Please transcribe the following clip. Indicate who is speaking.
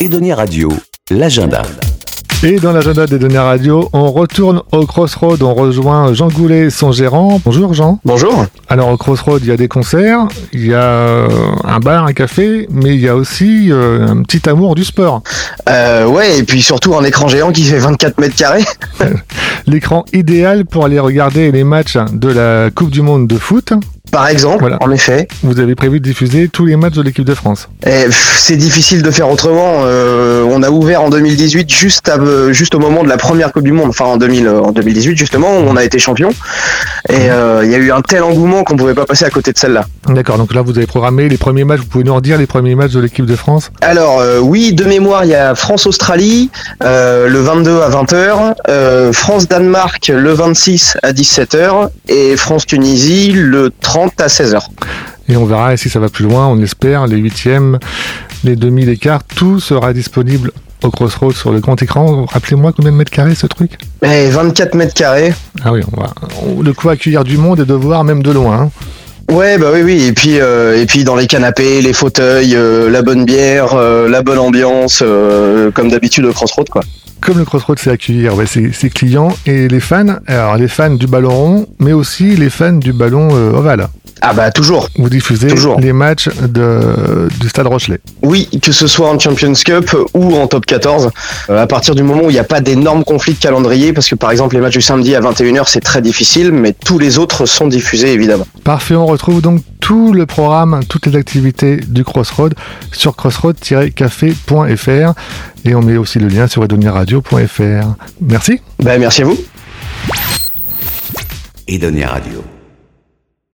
Speaker 1: Edonia Radio, l'agenda.
Speaker 2: Et dans l'agenda des données radio, on retourne au Crossroad, on rejoint Jean Goulet, son gérant. Bonjour Jean.
Speaker 3: Bonjour.
Speaker 2: Alors au Crossroad, il y a des concerts, il y a euh, un bar, un café, mais il y a aussi euh, un petit amour du sport.
Speaker 3: Euh, ouais, et puis surtout un écran géant qui fait 24 mètres carrés.
Speaker 2: L'écran idéal pour aller regarder les matchs de la Coupe du Monde de foot.
Speaker 3: Par exemple,
Speaker 2: Voilà.
Speaker 3: en effet.
Speaker 2: Vous avez prévu de diffuser tous les matchs de l'équipe de France.
Speaker 3: Et, pff, c'est difficile de faire autrement. Euh, on a ouvert en 2018 juste, à- euh, juste au moment de la première Coupe du Monde. Enfin, en, 2000, euh, en 2018 justement, où on a été champion. Et euh, il y a eu un tel engouement qu'on pouvait pas passer à côté de celle-là.
Speaker 2: D'accord, donc là vous avez programmé les premiers matchs, vous pouvez nous redire les premiers matchs de l'équipe de France
Speaker 3: Alors euh, oui, de mémoire, il y a France-Australie euh, le 22 à 20h, euh, France-Danemark le 26 à 17h et France-Tunisie le 30 à 16h.
Speaker 2: et on verra si ça va plus loin, on espère, les huitièmes, les demi, les quarts, tout sera disponible au Crossroads sur le grand écran. Rappelez-moi combien de mètres carrés ce truc
Speaker 3: Et 24 Eh, mètres carrés.
Speaker 2: Ah oui, on va, on- le coup accueillir du monde et de voir même de loin. hein.
Speaker 3: Ouais, bah oui, oui. Et puis, euh, et puis dans les canapés, les fauteuils, euh, la bonne bière, euh, la bonne ambiance, euh, comme d'habitude au Crossroad, quoi.
Speaker 2: Comme le Crossroads sait accueillir ouais, ses, ses clients et les fans, alors les fans du ballon rond, mais aussi les fans du ballon euh, ovale.
Speaker 3: Ah bah toujours.
Speaker 2: Vous diffusez
Speaker 3: Toujours.
Speaker 2: les matchs de, du Stade Rochelet.
Speaker 3: Oui, que ce soit en Champions Cup ou en Top 14, euh, à partir du moment où il n'y a pas d'énormes conflits de calendrier, parce que par exemple les matchs du samedi à 21h c'est très difficile, mais tous les autres sont diffusés évidemment.
Speaker 2: Parfait, on retrouve donc tout le programme, toutes les activités du Crossroad sur crossroad-café.fr et on met aussi le lien sur edoniradio.fr. Merci.
Speaker 3: Ben merci à vous.
Speaker 1: Edonia Radio.